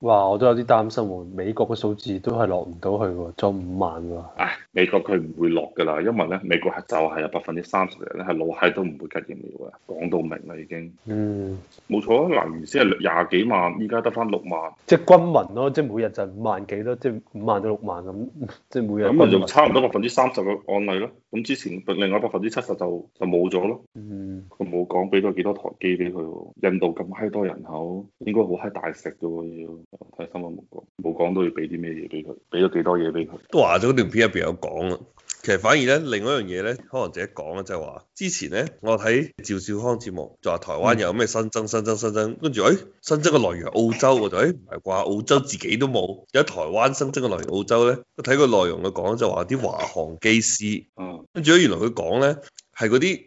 哇！我都有啲擔心喎，美國嘅數字都係落唔到去喎，仲五萬喎。唉，美國佢唔會落㗎啦，因為咧美國係就係有百分之三十嘅人咧係老閪都唔會吉疫苗嘅，講到明啦已經。嗯，冇錯啊，嗱原先係廿幾萬，依家得翻六萬，即係均勻咯，即係每日就五萬幾咯，即係五萬到六萬咁， 即係每日均咁咪就勻。差唔多啊百分之三十嘅案例咯。咁之前另外百分之七十就就冇咗咯。嗯，佢冇講俾咗幾多台機俾佢喎。印度咁閪多人口，應該好閪大食嘅喎要。我睇新聞冇講，冇講到要俾啲咩嘢俾佢，俾咗幾多嘢俾佢。都話咗嗰條片入邊有講啦。其實反而咧，另外一樣嘢咧，可能自己講咧，啊就係話之前咧，我睇趙少康節目就話台灣有咩新增、新增、新增，跟住誒新增嘅來源係澳洲，我就誒唔係啩？澳洲自己都冇，有台灣新增嘅來源澳洲咧，我睇個內容佢講就話啲華航機師，啊，跟住咧原來佢講咧係嗰啲。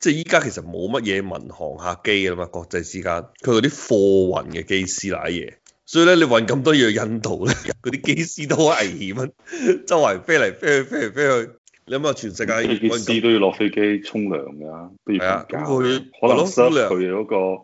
即係依家其實冇乜嘢民航客機㗎啦嘛，國際之間，佢嗰啲貨運嘅機師嗱嘢，所以咧你運咁多嘢去印度咧， 嗰啲機師都好危險啊！ 周圍飛嚟飛去，飛嚟飛去。你諗下，全世界飛機運師咁都要落飛機沖涼㗎，都係啊要瞓咁佢覺。可能係咯 serve 沖涼佢嗰個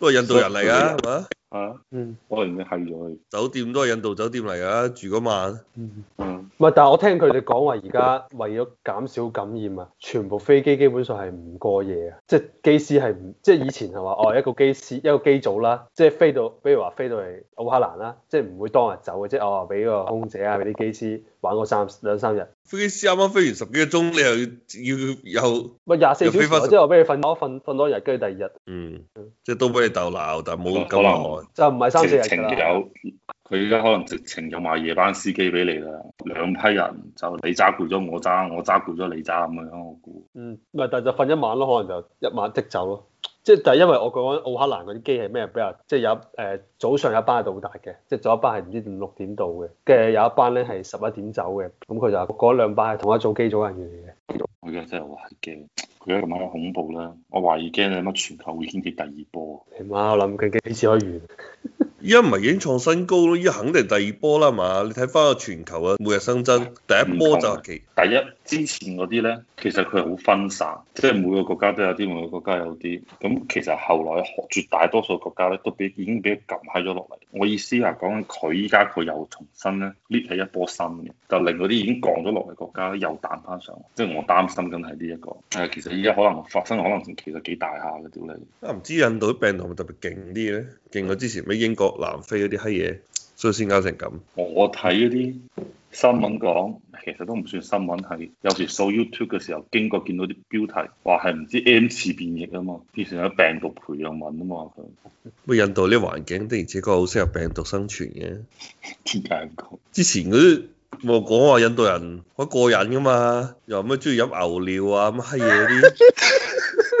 都係印度人嚟㗎，係嘛？啊，嗯，可能已經閪咗佢。酒店都係印度酒店嚟㗎，住嗰晚。嗯。嗯，唔係，但係我聽佢哋講話，而家為咗減少感染啊，全部飛機基本上係唔過夜啊，即係機師係唔，即係以前係話哦一個機師一個機組啦，即係飛到，比如話飛到嚟奧克蘭啦，即係唔會當日走嘅，即係哦俾個空姐啊，俾啲機師玩個三兩三日，飛機師啱啱飛完十幾個鐘，你又要要又咪廿四小時要飛返喎，即係我俾你瞓多瞓瞓多一日，跟住第二日嗯，即係都俾你鬥鬧，但係冇可咁耐能。就唔係三四日㗎直情啦。有。佢而家可能直情有埋夜班司機俾你啦，兩批人就你揸攰咗我揸，我揸攰咗你揸咁樣，我估。嗯，咪但係就瞓一晚咯，可能就一晚即走咯。即係但係因為我講緊奧克蘭嗰啲機係咩比較，即係有誒、呃早上有一班係到達嘅，即係早一班係唔知五六點到嘅，跟住有一班咧係十一點走嘅，咁佢就話嗰兩班係同一組機組人員嚟嘅。我而家真係好係驚，佢而家咁樣恐怖啦，我懷疑驚你乜全球會掀起第二波。你媽，我諗緊幾時可以完？依家唔係已經創新高咯，依家肯定第二波啦係嘛？你睇翻個全球啊，每日新嗯增第一波就啊係其第一，之前嗰啲呢，其實佢係好分散，即係每個國家都有啲，每個國家有啲。咁其實後來絕大多數國家呢，都俾已經俾佢撳閪咗落嚟。我意思係講緊佢依家佢又重新呢 lift 起一波新嘅，就令嗰啲已經降咗落嚟國家呢又彈翻上嚟。即係我擔心緊係呢一個。誒，其實依家可能發生嘅可能性其實幾大下嘅，屌你！啊唔知印度啲病毒係咪特別勁啲咧？勁過之前咩英國、南非嗰啲閪嘢，所以先搞成咁。我睇嗰啲新聞講，其實都唔算新聞，係有時掃 YouTube 嘅時候經過見到啲標題，話係唔知 M 次變異啊嘛，變成咗病毒培養皿啊嘛，佢喂，印度呢個環境的而且確好適合病毒生存嘅。點解咁講？之前嗰啲我講話印度人好過癮噶嘛，又話咩中意飲牛尿啊乜閪嘢嗰啲。 唔係係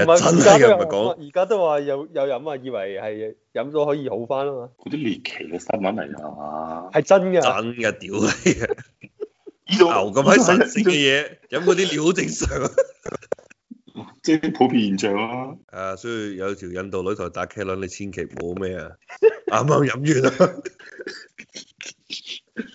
啊，真係嘅，唔而家都有係講而家都話有有飲啊，以為係飲咗可以好翻啊嘛，嗰啲獵奇嘅新聞嚟㗎嘛？係真㗎。真嘅，屌你啊！呢牛咁閪新鮮嘅嘢，飲嗰啲尿好正常啊。即係普遍現象啦、啊，所以有條印度女同佢打茄輪，你千祈唔好咩啊！ 啱啱飲完 啊，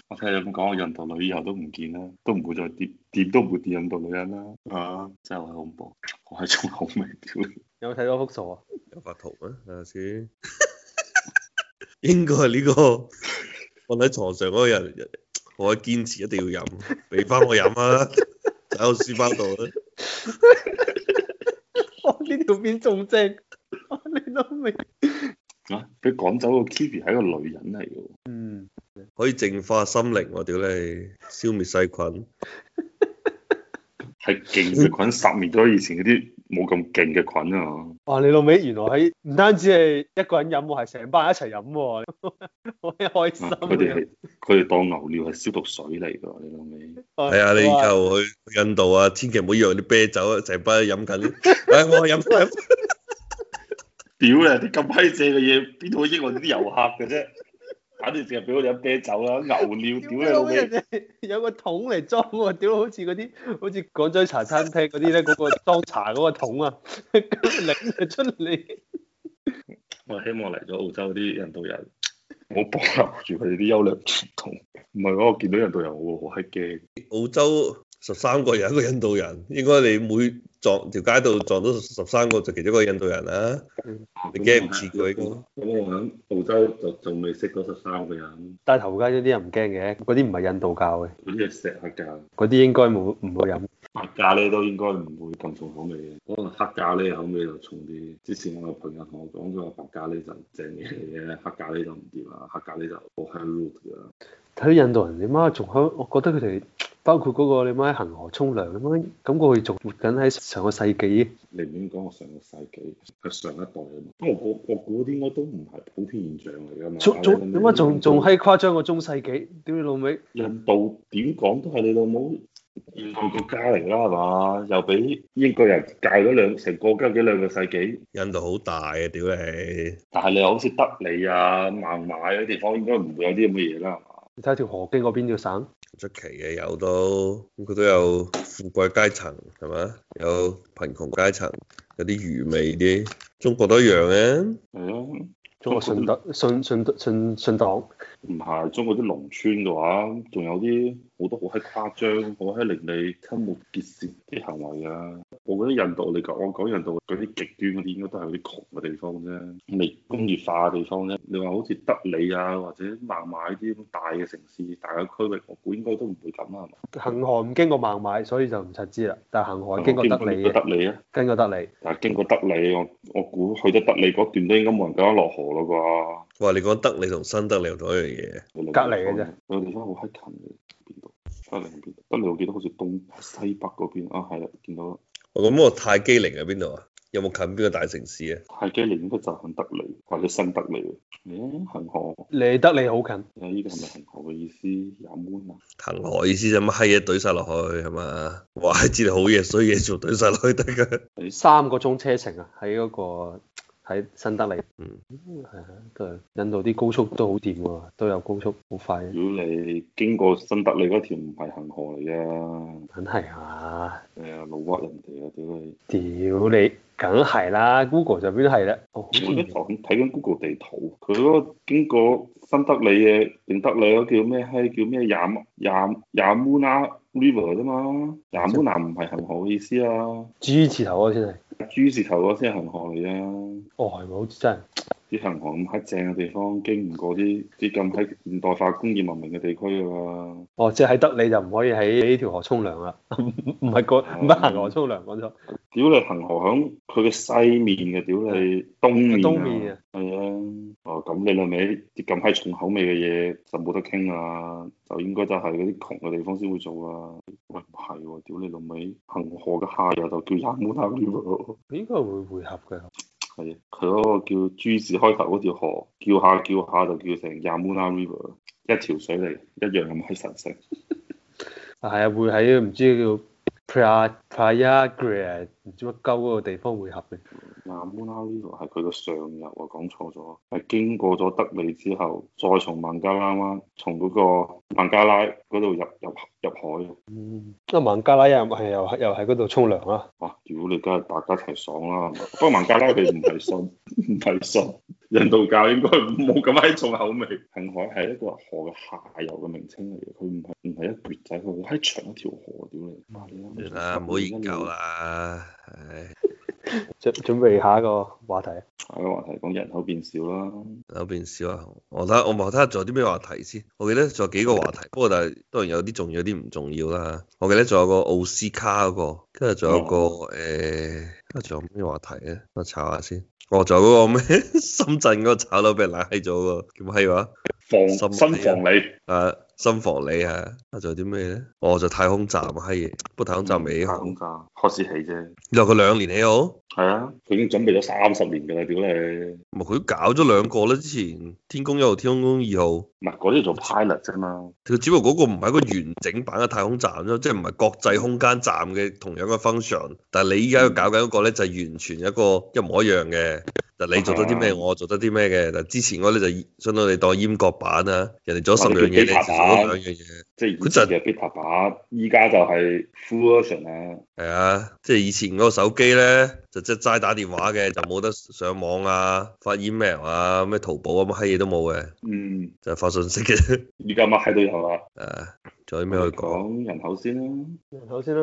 我聽你咁講，印度女以後都唔見啦，都唔會再掂掂都唔會掂印度女人啦。啊，真係好恐怖，我係重口味屌你！有冇睇到幅圖啊？ 有發圖咩？睇下先，應該係呢、個瞓喺床上嗰個人，我堅持一定要飲，俾翻我飲 啊！喺我書包度啦，哇！呢條片仲正， 哇你都未。啊，俾趕走個 Kiwi 係一個女人嚟嘅喎。嗯。可以淨化心靈，我屌你，消滅細菌。係勁 嘅菌殺滅咗以前嗰啲冇咁勁嘅菌啊！哦哇！你老味原來喺唔單止係一個人飲喎，係成班人一齊飲喎， 好開心啊啊嗯佢哋係佢哋當牛尿係消毒水嚟㗎，你諗起？係啊，你以哦哇後去印度啊，千祈唔好以為啲啤酒啊，成班飲 緊。唉、我飲飲屌你！啲咁閪正嘅嘢，邊度益我哋啲遊客嘅啫？肯定淨係俾我哋飲啤酒啦，牛尿屌屌你你老老味，味！人哋有個桶嚟裝喎，屌好似嗰啲好似港仔茶餐廳嗰啲咧，嗰個裝茶嗰個桶啊，咁拎咗出嚟，我希望嚟咗澳洲啲印度人，唔好保留住佢哋啲優良傳統。唔係喎，我見到印度人我會好閪驚。澳洲十三個有一個印度人，應該你每撞條街度撞到十三個就其中一個印度人啦、你驚唔似佢㗎？咁我喺澳洲就仲未識嗰十三個人，但係頭街嗰啲人唔驚嘅，嗰啲唔係印度教嘅，嗰啲係石黑教。嗰啲應該冇唔會飲。白咖喱都應該唔會咁重口味嘅，可能黑咖喱口味就重啲。之前我有朋友同我講，佢話白咖喱就正嘢嚟嘅，黑咖喱就唔掂啊，黑咖喱就好香 root 㗎。睇到印度人，你媽仲喺，我覺得佢哋包括嗰、個你媽喺恒河沖涼，你媽感覺佢仲活緊喺上個世紀。你唔應講我上個世紀，佢上一代啊嘛。不過我我估啲應該都唔係普遍現象嚟㗎嘛。仲仲你媽仲仲閪係誇張過中世紀，屌你老味！印度點講都係你老母現代國家嚟啦，係嘛？又俾英國人戒咗兩成個幾幾兩個世紀。印度好大啊！屌你！但係你好似德里啊、孟買嗰啲地方應該唔會有啲咁嘅嘢啦，係嘛？你睇條河經過邊條省？出奇嘅有都，咁佢都有富貴階層係咪？有貧窮階層，有啲愚昧啲。中國都一樣嘅，係啊。中國信黨信信信信黨，唔係，中國啲農村嘅話，仲有啲好多好閪誇張，好閪令你瞠目結舌啲行為啊！我覺得印度你講，我講印度嗰啲極端嗰啲，應該都係嗰啲窮嘅地方啫，未工業化嘅地方啫。你話好似德里啊，或者孟買啲咁大嘅城市、大嘅區域，我估應該都唔會咁啊啦，係嘛？恒河唔經過孟買，所以就唔察知啦。但係恒河係經過德里經過嘅，德里啊！經過德里。但係經過德里，我我估去得德里嗰段都應該冇人夠膽落河啦啩。哇！你講德里同新德里又同一樣嘢，隔隔離嘅啫。有個地方好閪近嘅，邊度？隔離邊度？得你我記得好似東西北嗰邊啊，係啦，見到啦。哦我咁個泰姬陵喺邊度啊？有冇近邊個大城市啊？泰姬陵應該就係德里或者新德里。咦，恒河？離德里好近，誒，依個係咪恒河嘅意思？有 moon 啊？騰河意思就乜閪嘢懟晒落去係嘛？哇！知你好嘢衰嘢全部懟晒落去得㗎。三個鐘車程啊，喺嗰、個。喺新德里，嗯係啊，都係印度啲高速都好掂喎，都有高速好快嘅，如果你經過新德里嗰條唔係恒河嚟嘅，梗係啊！誒老屈人哋啊！屌你！屌你，梗係啦，Google 上邊都係啦。哦，好我而家似就咁睇緊 Google 地圖，佢嗰個經過新德里嘅定德里嗰個叫咩閪？叫咩廿廿廿 m u 啊 River 啫嘛，廿 m u 唔係恒河嘅意思啊。 G 字頭嗰個先係。豬舌頭嗰先係恒河嚟啊！哦，係咪好似真係？啲恒河咁閪正嘅地方，經唔過啲啲咁閪現代化工業文明嘅地區啊嘛！哦，即係喺德里就唔可以喺呢條河沖涼啦， 唔係個唔係行河沖涼講錯。屌你恒河響佢嘅西面嘅，屌你東面東面啊啊！係啊！哦，咁你老味啲咁閪重口味嘅嘢就冇得傾啦，就應該就係嗰啲窮嘅地方先會做啊！喂，唔係喎，屌你老味恒河嘅下游就叫 Yamuna River 應該會匯合嘅。係啊，佢嗰個叫豬字開頭嗰條河，叫下叫下就叫成 Yamuna River，一條水嚟，一樣咁閪神聖。但係啊，會喺唔知叫 Pra Prayagraj 唔知乜鳩嗰個地方匯合嘅。 Yamuna River 係佢嘅上游啊，講錯咗，係經過咗德里之後，再從孟加拉灣，從嗰個孟加拉嗰度入入入海啊！嗯，啊孟加拉又係又又喺嗰度沖涼啦。哇！屌你，梗係大家一齊爽啦！不過孟加拉佢唔係信， 唔係信印度教應該冇咁閪重口味。恒河係一個河嘅下游嘅名稱嚟嘅，佢唔係唔係一橛仔，佢好閪長一條河。屌你！哇你算啦，唔好研究。啦。唉，準準備下一個話題。下一個話題講人口變少啦，有邊少啊？我睇下我望睇下仲有啲咩話題先。我記得仲有幾個話題，不過但係當然有啲重要，有啲唔重要啦。我記得仲有個奧斯卡嗰、個，跟住仲有個誒，跟住仲有咩話題咧？我查下先。哦，仲有嗰個咩 深圳嗰個炒樓俾人拉閪咗喎，叫乜閪話？放心新房你。啊，新房里啊，啊仲有啲咩咧？哦，就太空站啊，閪嘢，不過太空站未起好，嗯空架開始起啫。原來佢兩年起好。係啊，佢已經準備咗三十年㗎啦，屌你！咪佢搞咗兩個啦，之前天宮一號、天宮二號，唔係嗰啲做 pilot 啫嘛，佢只不過嗰個唔係一個完整版嘅太空站啫，即係唔係國際空間站嘅同樣嘅 function。但係你依家要搞緊嗰個咧，就係完全一個一模一樣嘅。但係你做得啲咩，我做得啲咩嘅。但係之前嗰啲就相當你當閹割版啦，人哋做咗十樣嘢，你做咗兩樣嘢。即係佢就以前嘅 beta 版，依家就係 full version 啦。係啊，即係以前嗰個手機咧，就即係齋打電話嘅，就冇得上網啊、發 email 啊、咩淘寶啊乜閪嘢都冇嘅，嗯，就係發信息嘅啫。啊依家乜喺度有啦，啊誒，仲有啲咩可以講？講人口先啦。嗯人口先啦。